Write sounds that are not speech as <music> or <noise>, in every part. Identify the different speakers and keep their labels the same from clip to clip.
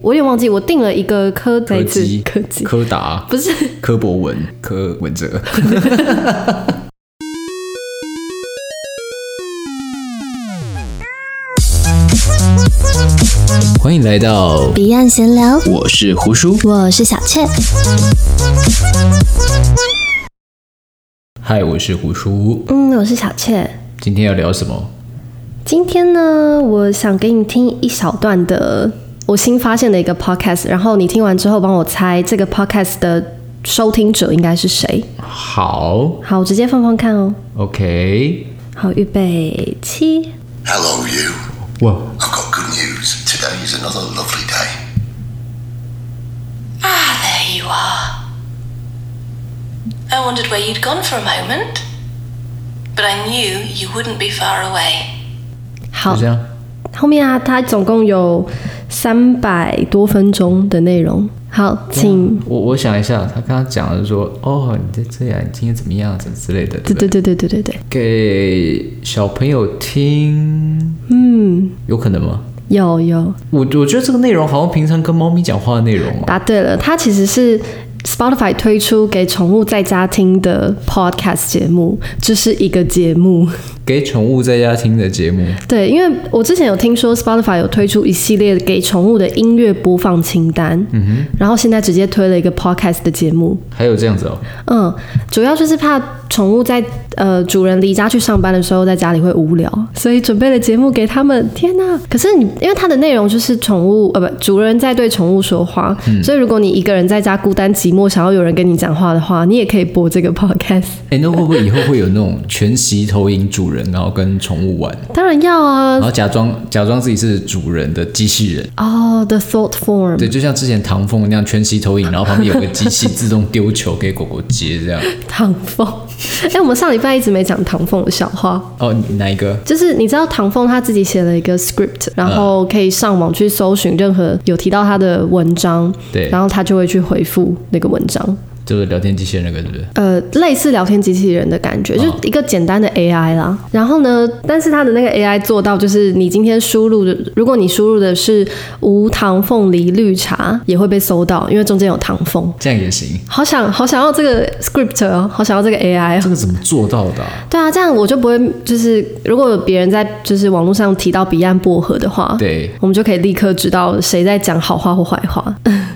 Speaker 1: 我有点忘记，我订了一个柯
Speaker 2: 柯
Speaker 1: 字
Speaker 2: 基、
Speaker 1: 柯基，
Speaker 2: 柯达、
Speaker 1: 不是
Speaker 2: 柯博文、柯文哲。 <laughs> 欢迎来到，
Speaker 3: 彼岸闲聊，
Speaker 2: 我是胡叔。
Speaker 3: 我是小雀。
Speaker 2: 嗨，我是胡叔。
Speaker 1: 嗯，我是小雀。
Speaker 2: 今天要聊什么？
Speaker 1: 今天呢，我想给你听一小段的我新发现的一个 podcast，然后你听完之后帮我猜这个 podcast 的收听者应该是谁。
Speaker 2: 好
Speaker 1: 好，我直接放放看哦。
Speaker 2: ，OK。
Speaker 1: 好，预备起。
Speaker 4: Hello, you.
Speaker 2: 哇，
Speaker 4: I've got good news. Today is another lovely day.
Speaker 5: Ah, there you are. I wondered where you'd gone for a moment, but I knew you wouldn't be far away.
Speaker 1: 好
Speaker 2: 就这，样。
Speaker 1: 后面啊，它总共有三百多分钟的内容。好，请，
Speaker 2: 我我想一下，他刚刚讲的是说，哦，你在这样，你今天怎么样子之类的，对
Speaker 1: 对
Speaker 2: 不
Speaker 1: 对
Speaker 2: 对？
Speaker 1: 对对对对对，
Speaker 2: 给小朋友听，
Speaker 1: 嗯，
Speaker 2: 有可能吗？
Speaker 1: 有有，
Speaker 2: 我我觉得这个内容好像平常跟猫咪讲话的内容哦。
Speaker 1: 答对了，它其实是 Spotify 推出给宠物在家听的 podcast 节目，这是一个节目。 <laughs>
Speaker 2: 给宠物在家听的节目，
Speaker 1: 对，因为我之前有听说 Spotify 有推出一系列给宠物的音乐播放清单，嗯哼，然后现在直接推了一个 podcast 的节目，
Speaker 2: 还有这样子哦。
Speaker 1: 嗯，主要就是怕宠物在呃主人离家去上班的时候，在家里会无聊，所以准备了节目给他们。天哪！可是你因为它的内容就是宠物呃不，主人在对宠物说话，所以如果你一个人在家孤单寂寞，想要有人跟你讲话的话，你也可以播这个 podcast。
Speaker 2: 哎，那会不会以后会有那种全息投影主人，然后跟宠物玩，
Speaker 1: 当然要啊
Speaker 2: 然，后假装假装自己是主人的机器人？
Speaker 1: 哦、t h e thought form，
Speaker 2: 对，就像之前唐凤那样全息投影，然后旁边有个机器自动丢球给狗狗接这样。
Speaker 1: 唐凤。 <laughs> 哎、我们上礼拜一直没讲唐凤的笑话。
Speaker 2: 哦，你哪一个？
Speaker 1: 就是你知道唐凤他自己写了一个 script，然后可以上网去搜寻任何有提到他的文章，
Speaker 2: 对
Speaker 1: 然后他就会去回复那个文章，
Speaker 2: 就是聊天机器人那个，是不是？
Speaker 1: 呃，类似聊天机器人的感觉，就一个简单的 AI 啦。然后呢，但是他的那个 AI 做到就是你今天输入的，如果你输入的是无糖凤梨绿茶，也会被搜到，因为中间有糖凤。
Speaker 2: 这样也行。
Speaker 1: 好想好想要这个 script 哦，好想要这个 AI 哦
Speaker 2: 这。个怎么做到的啊、
Speaker 1: 对啊，这样我就不会就是，如果有别人在就是网络上提到彼岸薄荷的话，
Speaker 2: 对，
Speaker 1: 我们就可以立刻知道谁在讲好话或坏话， <laughs>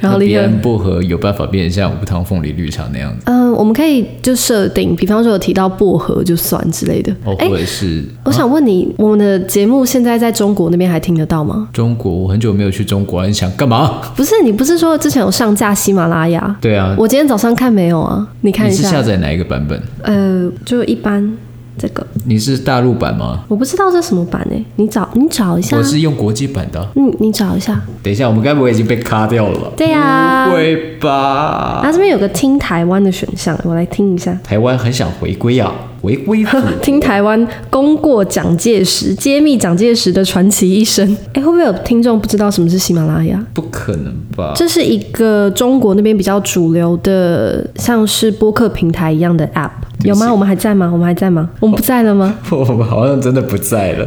Speaker 1: 然后立
Speaker 2: 彼
Speaker 1: 刻。
Speaker 2: 岸薄荷有办法变成像无糖凤梨绿茶那样子，
Speaker 1: 嗯，我们可以就设定，比方说有提到薄荷就算之类的。
Speaker 2: 哦，
Speaker 1: 哎、
Speaker 2: 或者是、
Speaker 1: 我想问你，我们的节目现在在中国那边还听得到吗？
Speaker 2: 中国，我很久没有去中国，你想干嘛？
Speaker 1: 不是，你不是说之前有上架喜马拉雅？
Speaker 2: 对啊，
Speaker 1: 我今天早上看没有啊？你看
Speaker 2: 你
Speaker 1: 一
Speaker 2: 是
Speaker 1: 下。
Speaker 2: 下载哪一个版本？
Speaker 1: 呃，就一般这个，
Speaker 2: 你是大陆版吗？
Speaker 1: 我不知道这什么版哎、你找你找一下啊
Speaker 2: 我。是用国际版的啊。
Speaker 1: 嗯，你找一下。
Speaker 2: 等一下，我们该不会已经被卡掉了吧？
Speaker 1: 对呀、
Speaker 2: 不会吧？
Speaker 1: 啊它这边有个听台湾的选项，我来听一下。
Speaker 2: 台湾很想回归啊，回归祖国
Speaker 1: 听台湾功过蒋介石，揭秘蒋介石的传奇一 <laughs> 生。哎，会不会有听众不知道什么是喜马拉雅？
Speaker 2: 不可能吧？
Speaker 1: 这是一个中国那边比较主流的，像是播客平台一样的 App，有吗？我们还在吗？我们还在吗？我们不在了吗？
Speaker 2: 我们好像真的不在了。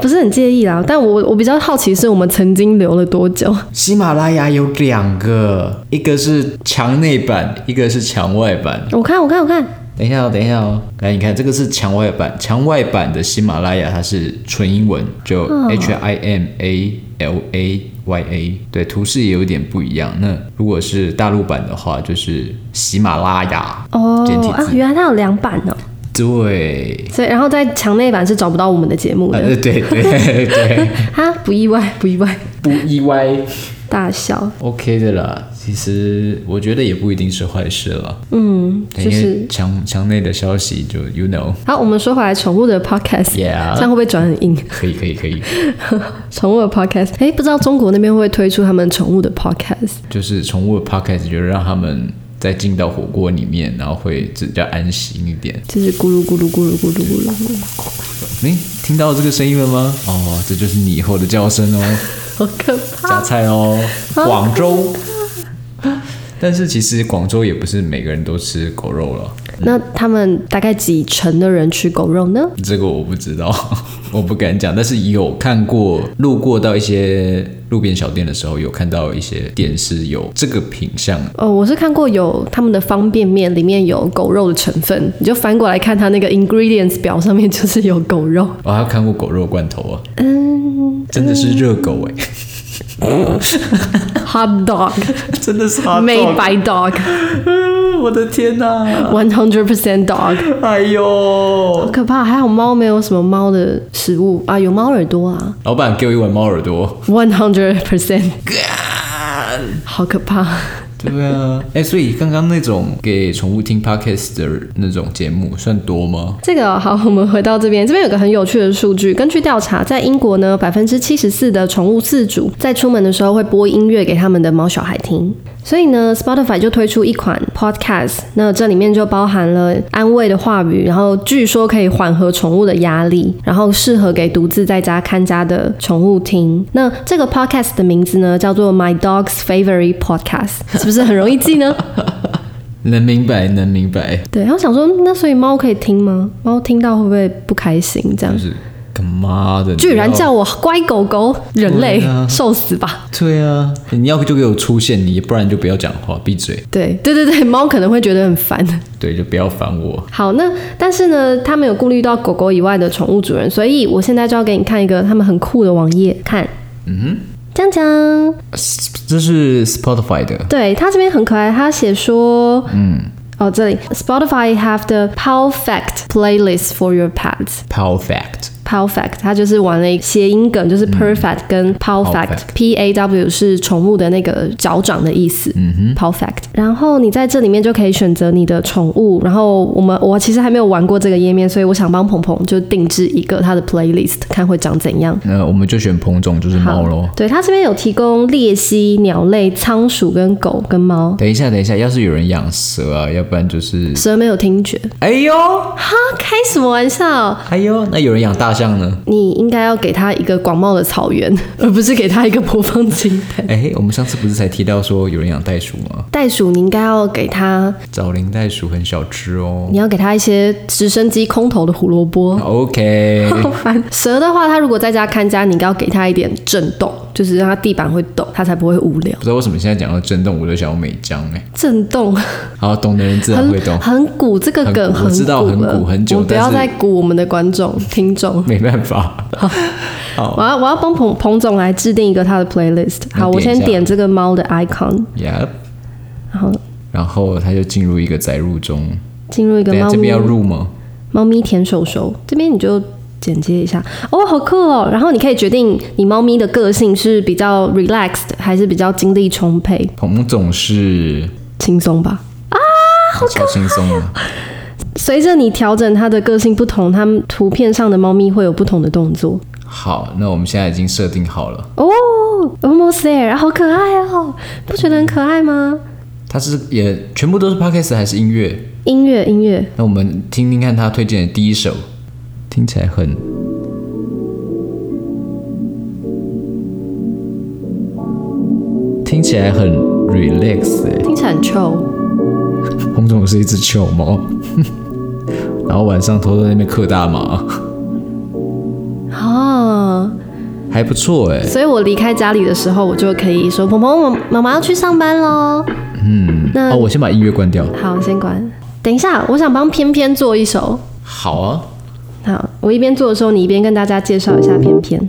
Speaker 1: 不是很介意啦，但我我比较好奇是我们曾经留了多久。
Speaker 2: 喜马拉雅有两个，一个是墙内版，一个是墙外版。
Speaker 1: 我看，我看，我看，
Speaker 2: 等一下哦，等一下哦，来，你看这个是墙外版，墙外版的喜马拉雅它是纯英文，就 H I M A L A Y A，对，图示也有点不一样。那如果是大陆版的话，就是喜马拉雅
Speaker 1: 哦
Speaker 2: 简体
Speaker 1: 啊，
Speaker 2: 字，
Speaker 1: 原来它有两版哦呢、
Speaker 2: 对，
Speaker 1: 所以然后在墙内版是找不到我们的节目的。
Speaker 2: 呃，对对对，
Speaker 1: 啊，不意外，不意外，
Speaker 2: <laughs> 不意外
Speaker 1: 大笑，
Speaker 2: ，OK 的啦。其实我觉得也不一定是坏事了，
Speaker 1: 嗯，就
Speaker 2: 因
Speaker 1: 是
Speaker 2: 为。墙墙内的消息就 you know，
Speaker 1: 好，我们说回来宠物的 podcast，
Speaker 2: Yeah
Speaker 1: 这样会不会转很硬？
Speaker 2: 可以可以可以，
Speaker 1: 宠物的 podcast，哎，不知道中国那边会不会推出他们宠物的 podcast？
Speaker 2: 就是宠物的 podcast，就是让他们再进到火锅里面，然后会比较安心一点。
Speaker 1: 就是咕噜咕噜咕噜咕噜咕噜咕噜，
Speaker 2: 诶，听到这个声音了吗？哦，这就是你以后的叫声
Speaker 1: <laughs>
Speaker 2: 哦，
Speaker 1: 好可怕！
Speaker 2: 加菜哦，广州。但是其实广州也不是每个人都吃狗肉了，
Speaker 1: 那他们大概几成的人吃狗肉呢？
Speaker 2: 这个我不知道。 <laughs> 我不敢讲，但是有看过，路过到一些路边小店的时候，有看到一些店是有这个品相。
Speaker 1: 哦，我是看过有他们的方便面里面有狗肉的成分，你就翻过来看它那个 ingredients 表上面就是有狗肉。
Speaker 2: 我、哦还有看过狗肉罐头啊，
Speaker 1: 嗯
Speaker 2: 真的是热狗哎、
Speaker 1: ，hot dog，made
Speaker 2: <laughs> 真的是哈
Speaker 1: by dog，
Speaker 2: <laughs> 我的天哪、
Speaker 1: one hundred percent dog。
Speaker 2: 哎呦
Speaker 1: 好，可怕！还好猫没有什么猫的食物啊，有猫耳朵啊
Speaker 2: 老板给我一碗猫耳朵。
Speaker 1: ，one hundred percent，好可怕！
Speaker 2: 对啊，哎、所以刚刚那种给宠物听 podcast 的那种节目算多吗？
Speaker 1: 这个好，我们回到这边，这边有个很有趣的数据。根据调查，在英国呢，百分之七十四的宠物饲主在出门的时候会播音乐给他们的猫小孩听。所以呢，Spotify 就推出一款 podcast，那这里面就包含了安慰的话语，然后据说可以缓和宠物的压力，然后适合给独自在家看家的宠物听。那这个 podcast 的名字呢，叫做 My Dog's Favorite Podcast，是不 <laughs> 是很容易记呢？
Speaker 2: 能明白，能明白，
Speaker 1: 对，然后想说，那所以猫可以听吗？猫听到会不会不开心？这样
Speaker 2: 就？是干嘛的？
Speaker 1: 居然
Speaker 2: 你要
Speaker 1: 叫我乖狗狗，人类
Speaker 2: 对啊
Speaker 1: 受死吧！
Speaker 2: 对啊，你要就给我出现，你不然就不要讲话，闭嘴。
Speaker 1: 对对对对，猫可能会觉得很烦。
Speaker 2: 对，就不要烦我。
Speaker 1: 好，那但是呢，他们有顾虑到狗狗以外的宠物主人，所以我现在就要给你看一个他们很酷的网页，看，嗯哼，锵锵，
Speaker 2: 这是 Spotify 的，
Speaker 1: 对他这边很可爱，他写说，嗯。哦，这里 Spotify have the perfect playlist for your pets.
Speaker 2: Perfect。
Speaker 1: Perfect，它就是玩了一谐音梗，就是 perfect 跟
Speaker 2: perfect
Speaker 1: perfect，P A W 是宠物的那个脚掌的意思。嗯哼，perfect。然后你在这里面就可以选择你的宠物。然后我们我其实还没有玩过这个页面，所以我想帮鹏鹏就定制一个他的 playlist，看会长怎样。
Speaker 2: 那我们就选彭总，就是猫喽。
Speaker 1: 对，它这边有提供鬣蜥、鸟类、仓鼠跟狗跟猫。
Speaker 2: 等一下，等一下，要是有人养蛇啊，要不然就是……
Speaker 1: 蛇没有听觉，
Speaker 2: 哎呦，
Speaker 1: 哈，开什么玩笑？
Speaker 2: 哎呦，那有人养大象呢？
Speaker 1: 你应该要给它一个广袤的草原，而不是给它一个播放清单。
Speaker 2: 哎，我们上次不是才提到说有人养袋鼠吗？
Speaker 1: 袋鼠，你应该要给它
Speaker 2: 枣林袋鼠很小只哦
Speaker 1: 你。要给它一些直升机空投的胡萝卜。
Speaker 2: OK，
Speaker 1: 好烦。
Speaker 2: 嗯
Speaker 1: 蛇的话，它如果在家看家，你应该要给它一点震动，就是让它地板会抖，它才不会无聊
Speaker 2: 不。知道为什么现在讲到震动，我就想到美江哎、
Speaker 1: 震动
Speaker 2: 好，懂的人自啊然会懂
Speaker 1: 很。很鼓，这个
Speaker 2: 很
Speaker 1: 梗
Speaker 2: 鼓我知道
Speaker 1: 很
Speaker 2: 很鼓
Speaker 1: 了
Speaker 2: 很久
Speaker 1: 我们不要
Speaker 2: 但
Speaker 1: 再
Speaker 2: 是
Speaker 1: 鼓我们的观众听众。
Speaker 2: 没办法，
Speaker 1: 我要我要帮彭彭总来制定一个他的 playlist。好，我
Speaker 2: 点一
Speaker 1: 先
Speaker 2: 下
Speaker 1: 点这个猫的 icon，
Speaker 2: yep,
Speaker 1: 然后
Speaker 2: 然后他就进入一个载入中。
Speaker 1: 进入一个
Speaker 2: 等一下
Speaker 1: 猫
Speaker 2: 这
Speaker 1: 咪
Speaker 2: 边要入吗？
Speaker 1: 猫咪舔手手，这边你就剪接一下哦，好酷哦！然后你可以决定你猫咪的个性是比较 relaxed 还是比较精力充沛，
Speaker 2: 彭总是
Speaker 1: 轻松吧。
Speaker 2: 超轻松的，
Speaker 1: 随着你调整它的个性不同，它们图片上的猫咪会有不同的动作。
Speaker 2: 好，那我们现在已经设定好了，
Speaker 1: 哦、a l m o s t there，好啊可爱哦！不觉得很可爱吗？
Speaker 2: 它是也全部都是 podcast 还是音乐？
Speaker 1: 音乐，音乐，
Speaker 2: 那我们听听看他推荐的第一首，听起来很听起来很 relax 哎、
Speaker 1: 听起来很 chill。
Speaker 2: 彭总是一只球猫， <laughs> 然后晚上偷偷在那边嗑大麻，
Speaker 1: 哦，
Speaker 2: 还不错哎、
Speaker 1: 所以我离开家里的时候，我就可以说：“鹏鹏，我妈妈要去上班喽。”嗯，那
Speaker 2: 哦，我先把音乐关掉。
Speaker 1: 好，先关。等一下，我想帮偏偏做一首。
Speaker 2: 好啊，
Speaker 1: 好，我一边做的时候，你一边跟大家介绍一下偏偏。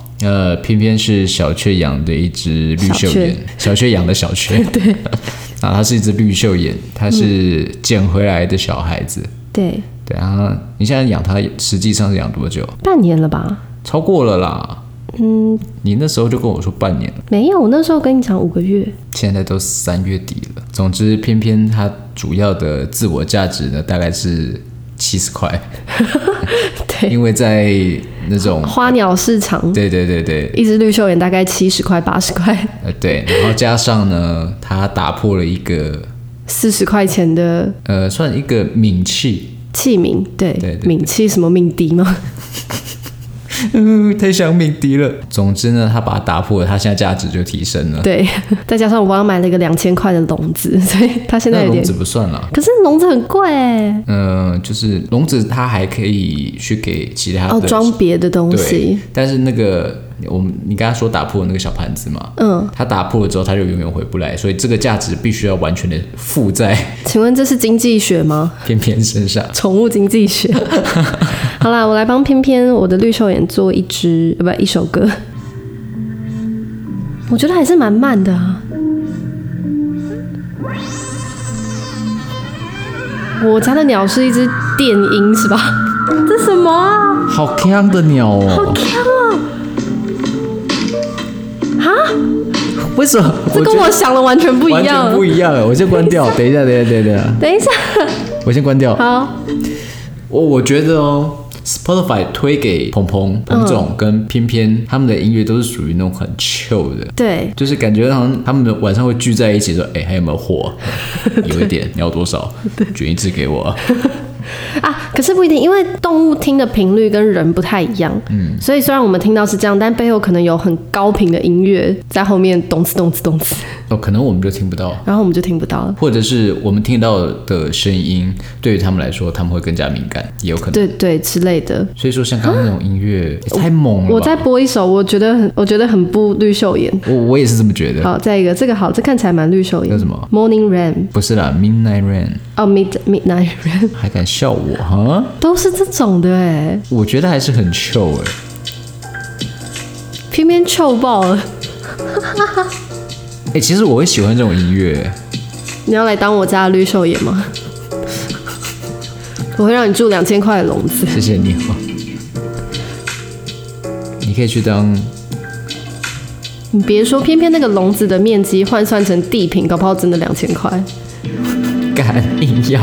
Speaker 2: 呃，偏偏是小雀养的一只绿
Speaker 1: 小
Speaker 2: 袖
Speaker 1: 雀
Speaker 2: 眼，小雀养的
Speaker 1: <laughs>
Speaker 2: 小雀，对， <laughs> 啊，它是一只绿袖眼，它是
Speaker 1: 嗯
Speaker 2: 捡回来的小孩子，
Speaker 1: 对，
Speaker 2: 对啊，你现在养它实际上是养多久？
Speaker 1: 半年了吧？
Speaker 2: 超过了啦，
Speaker 1: 嗯，
Speaker 2: 你那时候就跟我说半年了，
Speaker 1: 没有，我那时候跟你讲五个月。
Speaker 2: 现在都三月底了。总之，偏偏它主要的自我价值呢，大概是七十块，
Speaker 1: <laughs> 对，
Speaker 2: 因为在那种
Speaker 1: 花鸟市场
Speaker 2: 对对对对，
Speaker 1: 一只绿袖眼大概七十块、八十块、
Speaker 2: 呃对，然后加上呢，他打破了一个
Speaker 1: 四十块钱的
Speaker 2: 呃，算一个名气，
Speaker 1: 器皿，对，
Speaker 2: 对对
Speaker 1: 皿器什么鸣笛
Speaker 2: <laughs>
Speaker 1: 吗？
Speaker 2: 嗯，太想鸣笛了。总之呢，他把它打破了，他现在价值就提升了。
Speaker 1: 对，再加上我刚买了一个两千块的笼子，所以它现在
Speaker 2: 那
Speaker 1: 有
Speaker 2: 笼
Speaker 1: 点
Speaker 2: 子。不算了，
Speaker 1: 可是笼子很贵哎，
Speaker 2: 嗯、就是笼子它还可以去给其他的
Speaker 1: 哦，装别的东
Speaker 2: 对
Speaker 1: 西，，
Speaker 2: 但是那个我们你刚刚说打破那个小盘子嘛，
Speaker 1: 嗯，
Speaker 2: 它打破了之后，它就永远回不来，所以这个价值必须要完全的附在 <laughs>
Speaker 1: 请问这是经济学吗？
Speaker 2: 偏偏身上。
Speaker 1: 宠物经济
Speaker 2: <laughs>
Speaker 1: 学。好啦，我来帮偏偏我的绿袖眼做一支，呃，不，一首歌。我觉得还是蛮慢的啊。我家的鸟是一只电音是吧？ <laughs> 这什么啊？
Speaker 2: 好强的鸟
Speaker 1: 好
Speaker 2: 哦！
Speaker 1: 强哦！
Speaker 2: 为什么？
Speaker 1: 这跟我想的完全不一
Speaker 2: 完
Speaker 1: 样
Speaker 2: 全。不一样哎！我先关
Speaker 1: <laughs>
Speaker 2: 掉，等一下，等一下，等一下，
Speaker 1: 等一下，
Speaker 2: 我先关掉。
Speaker 1: 好，
Speaker 2: 我我觉得哦。Spotify 推给鹏
Speaker 1: 嗯
Speaker 2: 鹏、彭总跟偏偏他们的音乐都是属于那种很 chill 的，
Speaker 1: 对，
Speaker 2: 就是感觉好像他们晚上会聚在一起说：“哎、还有没
Speaker 1: <laughs>
Speaker 2: 有货？有一点，你要多少？卷一次给我、啊。
Speaker 1: 啊，可是不一定，因为动物听的频率跟人不太一样，嗯，所以虽然我们听到是这样，但背后可能有很高频的音乐在后面咚次咚次咚次，”
Speaker 2: 哦，可能我们就听不到，
Speaker 1: <laughs> 然后我们就听不到了。
Speaker 2: 或者是我们听到的声音对于他们来说，他们会更加敏感，也有可能。
Speaker 1: 对对之类的，
Speaker 2: 所以说，像刚刚那种音乐、也太猛了吧
Speaker 1: 我再播一首，我觉得很，我觉得很不绿袖眼。
Speaker 2: 我我也是这么觉得。
Speaker 1: 好，再一个，这个好，这看起来蛮绿袖眼。
Speaker 2: 叫什么
Speaker 1: ？Morning Rain，
Speaker 2: 不是啦，Midnight Rain
Speaker 1: 哦，Mid Midnight Rain，
Speaker 2: 还敢笑我哈？
Speaker 1: <laughs> 都是这种的哎，
Speaker 2: 我觉得还是很 chill 哎、
Speaker 1: 偏偏臭爆了。
Speaker 2: 哎、其实我会喜欢这种音乐、
Speaker 1: 你要来当我家的绿袖眼吗？ <laughs> 我会让你住两千块的笼子。
Speaker 2: 谢谢你哦。你可以去当
Speaker 1: 你别说，偏偏那个笼子的面积换算成地坪，搞不好真的两千块。
Speaker 2: 干硬要，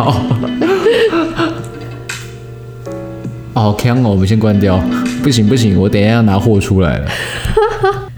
Speaker 2: 好强 <laughs> 哦！我们先关掉，不行不行，我等一下要拿货出来了。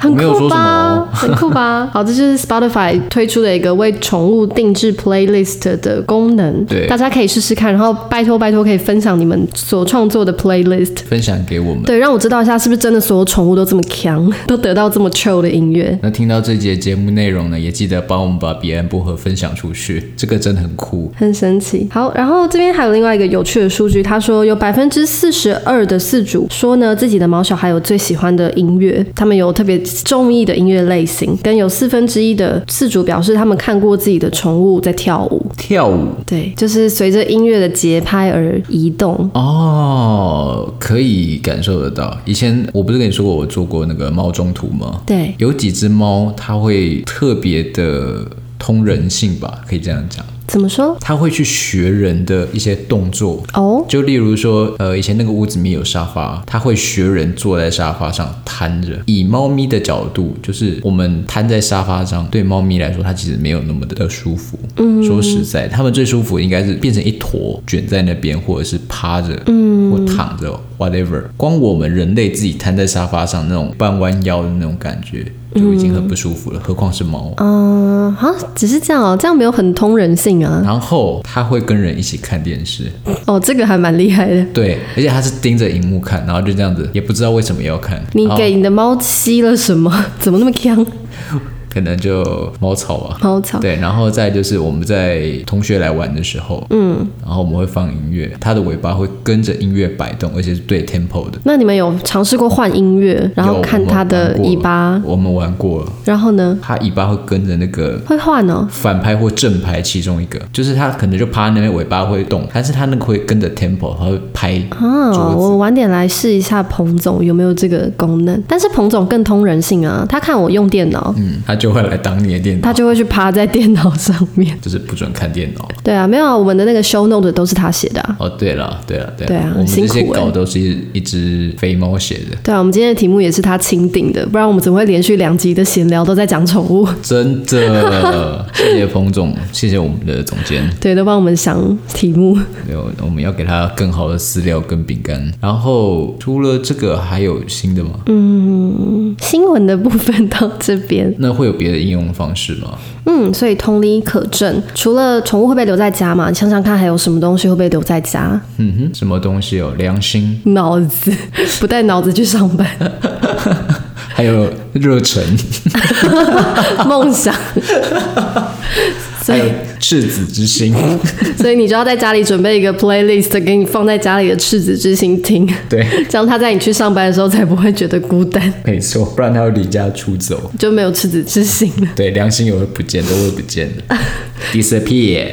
Speaker 1: 很
Speaker 2: 我没有
Speaker 1: 酷
Speaker 2: 说什么 <laughs>
Speaker 1: 吧
Speaker 2: 哦？
Speaker 1: 很酷吧？好，这就是 Spotify 推出的一个为宠物定制 playlist 的功能，
Speaker 2: 对
Speaker 1: 大家可以试试看，然后拜托拜托可以分享你们所创作的 playlist，
Speaker 2: 分享给我们。
Speaker 1: 对，让我知道一下是不是真的所有宠物都这么强，都得到这么 chill 的音乐。
Speaker 2: 那听到这节节目内容呢，也记得帮我们把彼岸薄荷分享出去，这个真的很酷。
Speaker 1: 很神奇。好，然后这边还有另外一个有趣的数据，他说有百分之四十二的饲主说呢，自己的毛小孩有最喜欢的音乐，他们有特别中意的音乐类型，跟有四分之一的饲主表示他们看过自己的宠物在跳舞。
Speaker 2: 跳舞
Speaker 1: 对，就是随着音乐的节拍而移动。
Speaker 2: 哦，可以感受得到。以前我不是跟你说过我做过那个猫中途吗？
Speaker 1: 对
Speaker 2: 有几只猫它会特别的通人性吧，可以这样讲，
Speaker 1: 怎么说？
Speaker 2: 它会去学人的一些动作。
Speaker 1: 哦，
Speaker 2: 就例如说，呃，以前那个屋子里面有沙发，它会学人坐在沙发上瘫着。以猫咪的角度，就是我们瘫在沙发上，对猫咪来说，它其实没有那么的舒服。嗯，说实在，它们最舒服应该是变成一坨卷在那边，或者是趴着，嗯，或躺着，whatever。光我们人类自己瘫在沙发上那种半弯腰的那种感觉，就已经很不舒服了，何况是猫。
Speaker 1: 嗯，啊，只是这样哦，这样没有很通人性啊。
Speaker 2: 然后它会跟人一起看电视，
Speaker 1: 哦，这个还蛮厉害的。
Speaker 2: 对，而且它是盯着荧幕看，然后就这样子，也不知道为什么要看。
Speaker 1: 你
Speaker 2: 然后
Speaker 1: 给你的猫吸了什么？ <laughs> 怎么那么强？
Speaker 2: 可能就猫草吧。
Speaker 1: 猫草。
Speaker 2: 对，然后再就是我们在同学来玩的时候，嗯，然后我们会放音乐，它的尾巴会跟着音乐摆动，而且是对 tempo 的。
Speaker 1: 那你们有尝试过换音乐，然后
Speaker 2: 有
Speaker 1: 看它的尾巴，
Speaker 2: 我们玩过了，我们玩过了
Speaker 1: 然后呢
Speaker 2: 它尾巴会跟着那个
Speaker 1: 会换哦。
Speaker 2: 反拍或正拍其中一个，就是它可能就趴在那边，尾巴会动，但是它那个会跟着 tempo，它会拍
Speaker 1: 啊，
Speaker 2: 桌
Speaker 1: 我
Speaker 2: 子。
Speaker 1: 晚点来试一下彭总有没有这个功能。但是彭总更通人性啊，他看我用电脑，
Speaker 2: 嗯，它就会来挡你的电
Speaker 1: 他
Speaker 2: 脑，
Speaker 1: 就会去趴在电脑上面。
Speaker 2: <laughs> 就是不准看电脑。
Speaker 1: 对啊，没有啊，我们的那个 show note 都是他写的、啊。
Speaker 2: 哦，对了，对了，对
Speaker 1: 对啊
Speaker 2: 我们这
Speaker 1: 辛
Speaker 2: 些
Speaker 1: 苦欸
Speaker 2: 稿都是一一只肥猫写的，
Speaker 1: 对啊，我们今天的题目也是他钦定的，不然我们怎么会连续两集的闲聊都在讲宠物？
Speaker 2: 真的。谢谢彭总，谢谢我们的总监，
Speaker 1: 对，都帮我们想题目。
Speaker 2: 对，我我们要给他更好的饲料跟饼干。然后除了这个，还有新的
Speaker 1: 嗯
Speaker 2: 吗？
Speaker 1: 新闻的部分到这边，
Speaker 2: 那会有别的应用方式吗？
Speaker 1: 嗯，所以同理可证，除了宠物会被留在家嘛，你想想看还有什么东西会被留在家？
Speaker 2: 嗯哼，什么东西哦？良心，
Speaker 1: 脑子 <laughs> 不带脑子去上班，
Speaker 2: 还有热忱，
Speaker 1: 梦想。所
Speaker 2: 还
Speaker 1: 以
Speaker 2: 有，赤子之心。 <laughs>
Speaker 1: 所以你就要在家里准备一个 playlist，给你放在家里的赤子之心听，
Speaker 2: 对，
Speaker 1: 这样他在你去上班的时候才不会觉得孤单，
Speaker 2: 没错，不然他会离家出走。
Speaker 1: 就没有赤子之心了。 <laughs>
Speaker 2: 对，良心也会不见，都会不见的，disappear。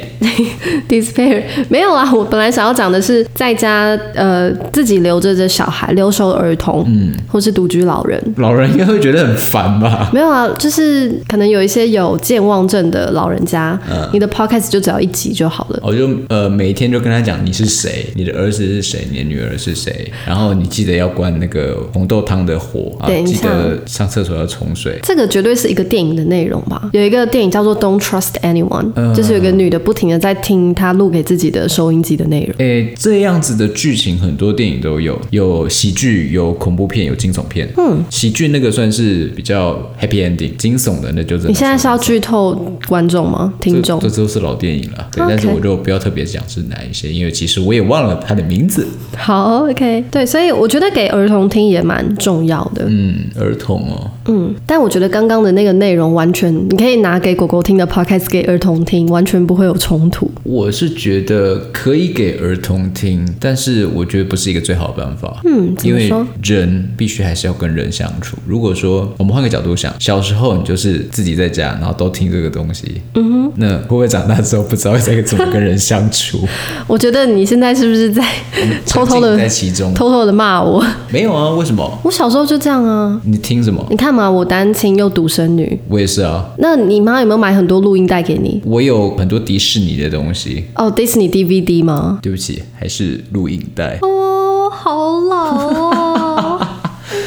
Speaker 1: despair 没有啊，我本来想要讲的是在家呃自己留着的小孩，留守儿童，嗯，或是独居老人。
Speaker 2: 老人应该会觉得很烦吧？
Speaker 1: 没有啊，就是可能有一些有健忘症的老人家，
Speaker 2: 嗯
Speaker 1: 你的 podcast 就只要一集就好了。
Speaker 2: 我就呃每天就跟他讲你是谁，你的儿子是谁，你的女儿是谁，然后你记得要关那个红豆汤的火，啊
Speaker 1: 等一下
Speaker 2: 记得上厕所要冲水。
Speaker 1: 这个绝对是一个电影的内容吧？有一个电影叫做《Don't Trust Anyone》，就是
Speaker 2: 嗯
Speaker 1: 有一个女的不停的在听她录给自己的收音机的内容。
Speaker 2: 诶，这样子的剧情很多电影都有，有喜剧，有恐怖片，有惊悚片。嗯，喜剧那个算是比较 happy ending，惊悚的那就真的
Speaker 1: 你现在
Speaker 2: 是
Speaker 1: 是要剧透观众吗？听众
Speaker 2: 这这都是老电影了，对
Speaker 1: OK
Speaker 2: 但是我就不要特别讲是哪一些，因为其实我也忘了它的名字。
Speaker 1: 好，OK，对，所以我觉得给儿童听也蛮重要的。
Speaker 2: 嗯，儿童哦，
Speaker 1: 嗯，但我觉得刚刚的那个内容完全，你可以拿给狗狗听的 podcast 给儿童听，完全不会有冲突。
Speaker 2: 我是觉得可以给儿童听，但是我觉得不是一个最好的办法。
Speaker 1: 嗯怎
Speaker 2: 因
Speaker 1: 么
Speaker 2: 为
Speaker 1: 说
Speaker 2: 人必须还是要跟人相处。如果说我们换个角度想，小时候你就是自己在家，然后都听这个东西，嗯哼，那会不会长大之后不知道该怎么跟人相处？
Speaker 1: 我觉得你现在是不是在 <laughs> 偷偷的
Speaker 2: 沉浸在其中
Speaker 1: 偷偷的骂我？
Speaker 2: 没有啊，为什么？
Speaker 1: <laughs> 我小时候就这样啊，
Speaker 2: 你听什么？
Speaker 1: 你看嘛，我单亲又独生女，
Speaker 2: 我也是啊，
Speaker 1: 那你妈有没有买很多录音带给你？
Speaker 2: 我有很多迪士尼的东西。
Speaker 1: 哦，Disney DVD 吗？
Speaker 2: 对不起，还是录影带，
Speaker 1: 哦，好老哦，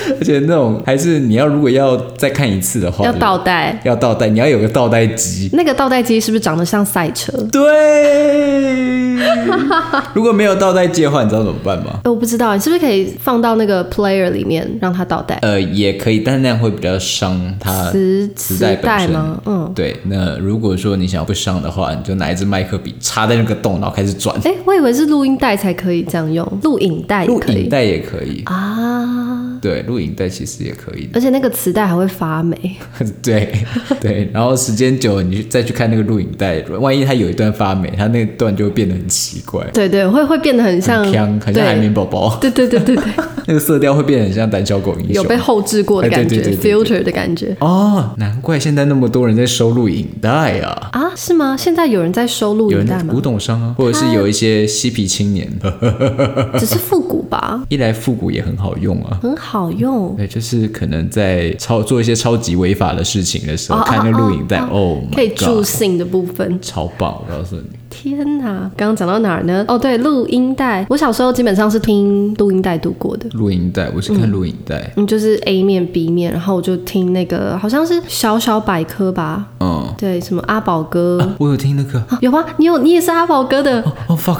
Speaker 2: 而且那种还是你要如果要再看一次的
Speaker 1: <laughs>
Speaker 2: 话，
Speaker 1: 要
Speaker 2: 就
Speaker 1: 倒带，
Speaker 2: 要倒带，你要有个倒带机。
Speaker 1: 那个倒带机是不是长得像赛车？
Speaker 2: 对， <laughs> 如果没有倒带借换，你知道怎么办吗？
Speaker 1: 哎我不知道，你是不是可以放到那个 player 里面让它倒带？
Speaker 2: 呃，也可以，但是那样会比较伤它
Speaker 1: 磁
Speaker 2: 磁带
Speaker 1: 磁
Speaker 2: 本
Speaker 1: 带
Speaker 2: 身
Speaker 1: 吗嗯
Speaker 2: 对。那如果说你想要不伤的话，你就拿一支麦克笔插在那个洞，然后开始转。
Speaker 1: 哎、我以为是录音带才可以这样用，录影带也
Speaker 2: 录
Speaker 1: 可
Speaker 2: 影
Speaker 1: 以
Speaker 2: 带也可以，
Speaker 1: 啊，
Speaker 2: 对，录影带其实也可以 <laughs> 的。
Speaker 1: 而且那个磁带还会发霉， <laughs>
Speaker 2: 对对，然后时间久了，你去再去看那个录影带，万一它有一段发霉，它那段就会变得很奇怪，
Speaker 1: 对对，会会变得很像，
Speaker 2: 像很像海绵宝宝，
Speaker 1: 嗯对对对对对，
Speaker 2: <laughs> 那个色调会变得很像胆小狗英雄。
Speaker 1: 有被后置过的感觉、
Speaker 2: 哎对对对对
Speaker 1: f i l t e r 的感觉
Speaker 2: 哦，难怪现在那么多人在收录影带啊。
Speaker 1: 啊？是吗？现在有人在收录影
Speaker 2: 有人
Speaker 1: 带吗
Speaker 2: 古？董商啊，或者是有一些嬉皮青年，呃
Speaker 1: <laughs> 只是复古吧，
Speaker 2: 一来复古也很好用啊。
Speaker 1: 很好用。
Speaker 2: 对，就是可能在超做一些超级违法的事情的时候，
Speaker 1: 哦
Speaker 2: 看那录影带，
Speaker 1: 哦
Speaker 2: 哦
Speaker 1: 哦哦
Speaker 2: my god，
Speaker 1: 可以助兴的部分。
Speaker 2: 超棒！我告诉你，
Speaker 1: 天哪，刚刚讲到哪儿呢？哦，对，录音带。我小时候基本上是听录音带度过的。
Speaker 2: 录影带，我是看录影带，
Speaker 1: 嗯，就是 A 面 B 面，然后我就听那个好像是小小百科吧，
Speaker 2: 嗯，
Speaker 1: 对，什么阿宝哥。啊
Speaker 2: 啊我有听那个，
Speaker 1: 有吗？你有你也是阿宝哥的，
Speaker 2: <laughs> 哦 fuck，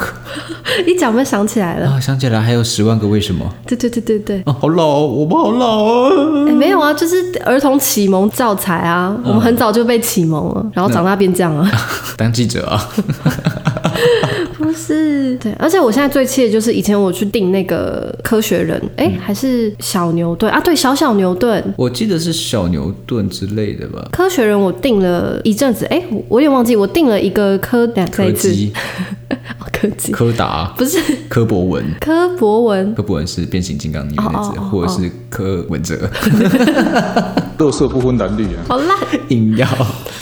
Speaker 1: 一讲我就想起来了。
Speaker 2: 啊，想起来还有十万个为什么，
Speaker 1: 对对对对对，
Speaker 2: 啊，好老哦，我们好老哦。
Speaker 1: 哎，没有啊，就是儿童启蒙教材啊，
Speaker 2: 嗯
Speaker 1: 我们很早就被启蒙了，然后长大变这样啊。
Speaker 2: 当记者啊， <laughs>
Speaker 1: 不是，对，而且我现在最气的就是以前我去订那个科学人，哎，
Speaker 2: 嗯
Speaker 1: 还是小牛顿啊，对，小小牛顿。
Speaker 2: 我记得是小牛顿之类的吧，
Speaker 1: 科学人，我订了一阵子，哎，我我有点忘记，我订了一个科，等一下再
Speaker 2: 柯
Speaker 1: 一次，
Speaker 2: 基、
Speaker 1: <laughs> 哦柯基，
Speaker 2: 柯达、
Speaker 1: 不是
Speaker 2: 柯博文，
Speaker 1: 柯博文，哦
Speaker 2: 柯博文是变形金刚里面那只，
Speaker 1: 哦哦哦
Speaker 2: 或者是柯文哲。
Speaker 6: 垃圾不分蓝绿啊。
Speaker 1: 好烂！
Speaker 2: <laughs> 硬要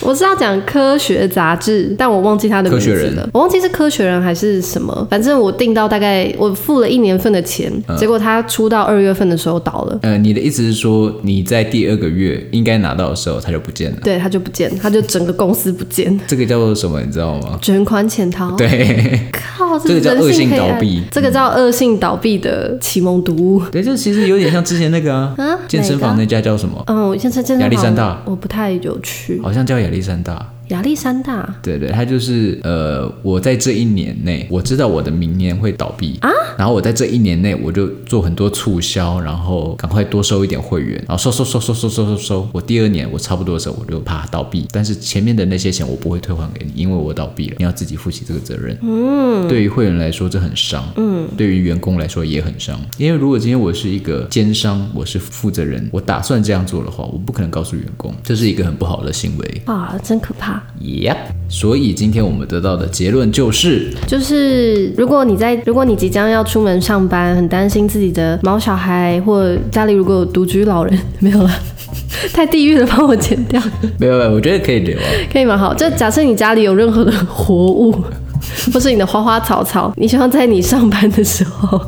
Speaker 1: 我知道讲科学杂志，但我忘记它的名字
Speaker 2: 科学
Speaker 1: 了
Speaker 2: 人。
Speaker 1: 我忘记是科学人还是什么，反正我订到大概我付了一年份的钱，
Speaker 2: 嗯
Speaker 1: 结果它出到二月份的时候倒了。
Speaker 2: 呃，你的意思是说你在第二个月应该拿到的时候，它就不见了？
Speaker 1: 对，它就不见，它就整个公司不见，
Speaker 2: 这个叫做什么？你知道吗？ <laughs>
Speaker 1: 卷款潜逃。，
Speaker 2: 对，
Speaker 1: 靠，
Speaker 2: 这个
Speaker 1: 是
Speaker 2: 叫
Speaker 1: 人
Speaker 2: 恶
Speaker 1: 性
Speaker 2: 性
Speaker 1: 黑暗
Speaker 2: 倒闭嗯
Speaker 1: 这个叫恶性倒闭的启蒙读物。
Speaker 2: 对，这其实有点像之前那个啊，
Speaker 1: 啊
Speaker 2: 健身房
Speaker 1: 哪
Speaker 2: 那家叫什么？
Speaker 1: 嗯，我现在健身
Speaker 2: 亚历
Speaker 1: 房
Speaker 2: 山大
Speaker 1: 我不太有去。
Speaker 2: 好像叫亚历山大。
Speaker 1: 亚历山大
Speaker 2: 对对，它就是呃，我在这一年内，我知道我的明年会倒闭啊，然后我在这一年内，我就做很多促销，然后赶快多收一点会员，然后收收收收收收收收，我第二年我差不多的时候我就啪倒闭，但是前面的那些钱我不会退还给你，因为我倒闭了，你要自己负起这个责任。对于会员来说这很伤，嗯，对于员工来说也很伤，因为如果今天我是一个奸商，我是负责人，我打算这样做的话，我不可能告诉员工，这是一个很不好的行为。
Speaker 1: 啊，真可怕。
Speaker 2: Yep，所以今天我们得到的结论就是， <laughs>
Speaker 1: 就是如果你在，如果你即将要出门上班，很担心自己的毛小孩或家里如果有独居老人， <laughs> 没有了，太地狱了，帮我剪掉，
Speaker 2: 没有，没有我觉得可以留啊。
Speaker 1: 可以吗？好，就假设你家里有任何的活物。 <laughs> 或是你的花花草草，你希望在你上班的时候，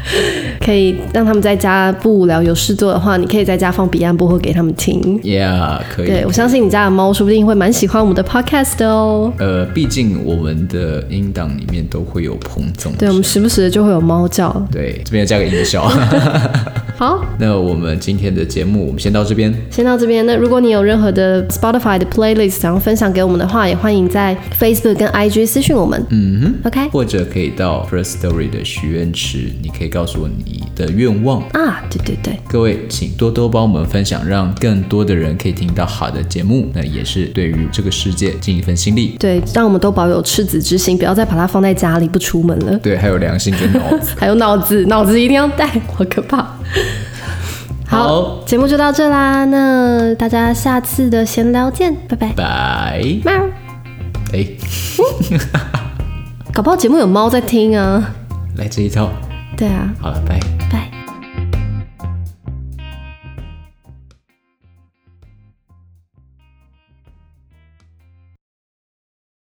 Speaker 1: 可以让他们在家不无聊有事做的话，你可以在家放彼岸薄荷给他们听。
Speaker 2: Yeah，可以。
Speaker 1: 对我相信你家的猫说不定会蛮喜欢我们的 podcast 的哦。
Speaker 2: 呃，毕竟我们的音档里面都会有彭总，
Speaker 1: 对，我们时不时就会有猫叫。
Speaker 2: 对，这边要加个音效。 <laughs>
Speaker 1: 好，
Speaker 2: 那我们今天的节目我们先到这边，
Speaker 1: 先到这边。那如果你有任何的 Spotify 的 playlist 想要分享给我们的话，也欢迎在 Facebook 跟 IG 私讯我们。嗯哼，OK
Speaker 2: 或者可以到 First Story 的许愿池，你可以告诉我你的愿望。
Speaker 1: 啊，对对对，
Speaker 2: 各位，请多多帮我们分享，让更多的人可以听到好的节目。那也是对于这个世界尽一份心力。
Speaker 1: 对，让我们都保有赤子之心，不要再把它放在家里不出门了。
Speaker 2: 对，还有良心
Speaker 1: <laughs>
Speaker 2: 跟脑子。
Speaker 1: 还有脑子，脑子一定要带，好可怕。好，
Speaker 2: 好
Speaker 1: 节目就到这啦，那大家下次的闲聊见，拜拜。
Speaker 2: 拜。
Speaker 1: 喵，
Speaker 2: 哎，
Speaker 1: 搞不好节目有猫在听啊。
Speaker 2: 来这一套。
Speaker 1: 对啊，
Speaker 2: 好了，拜。
Speaker 1: 拜。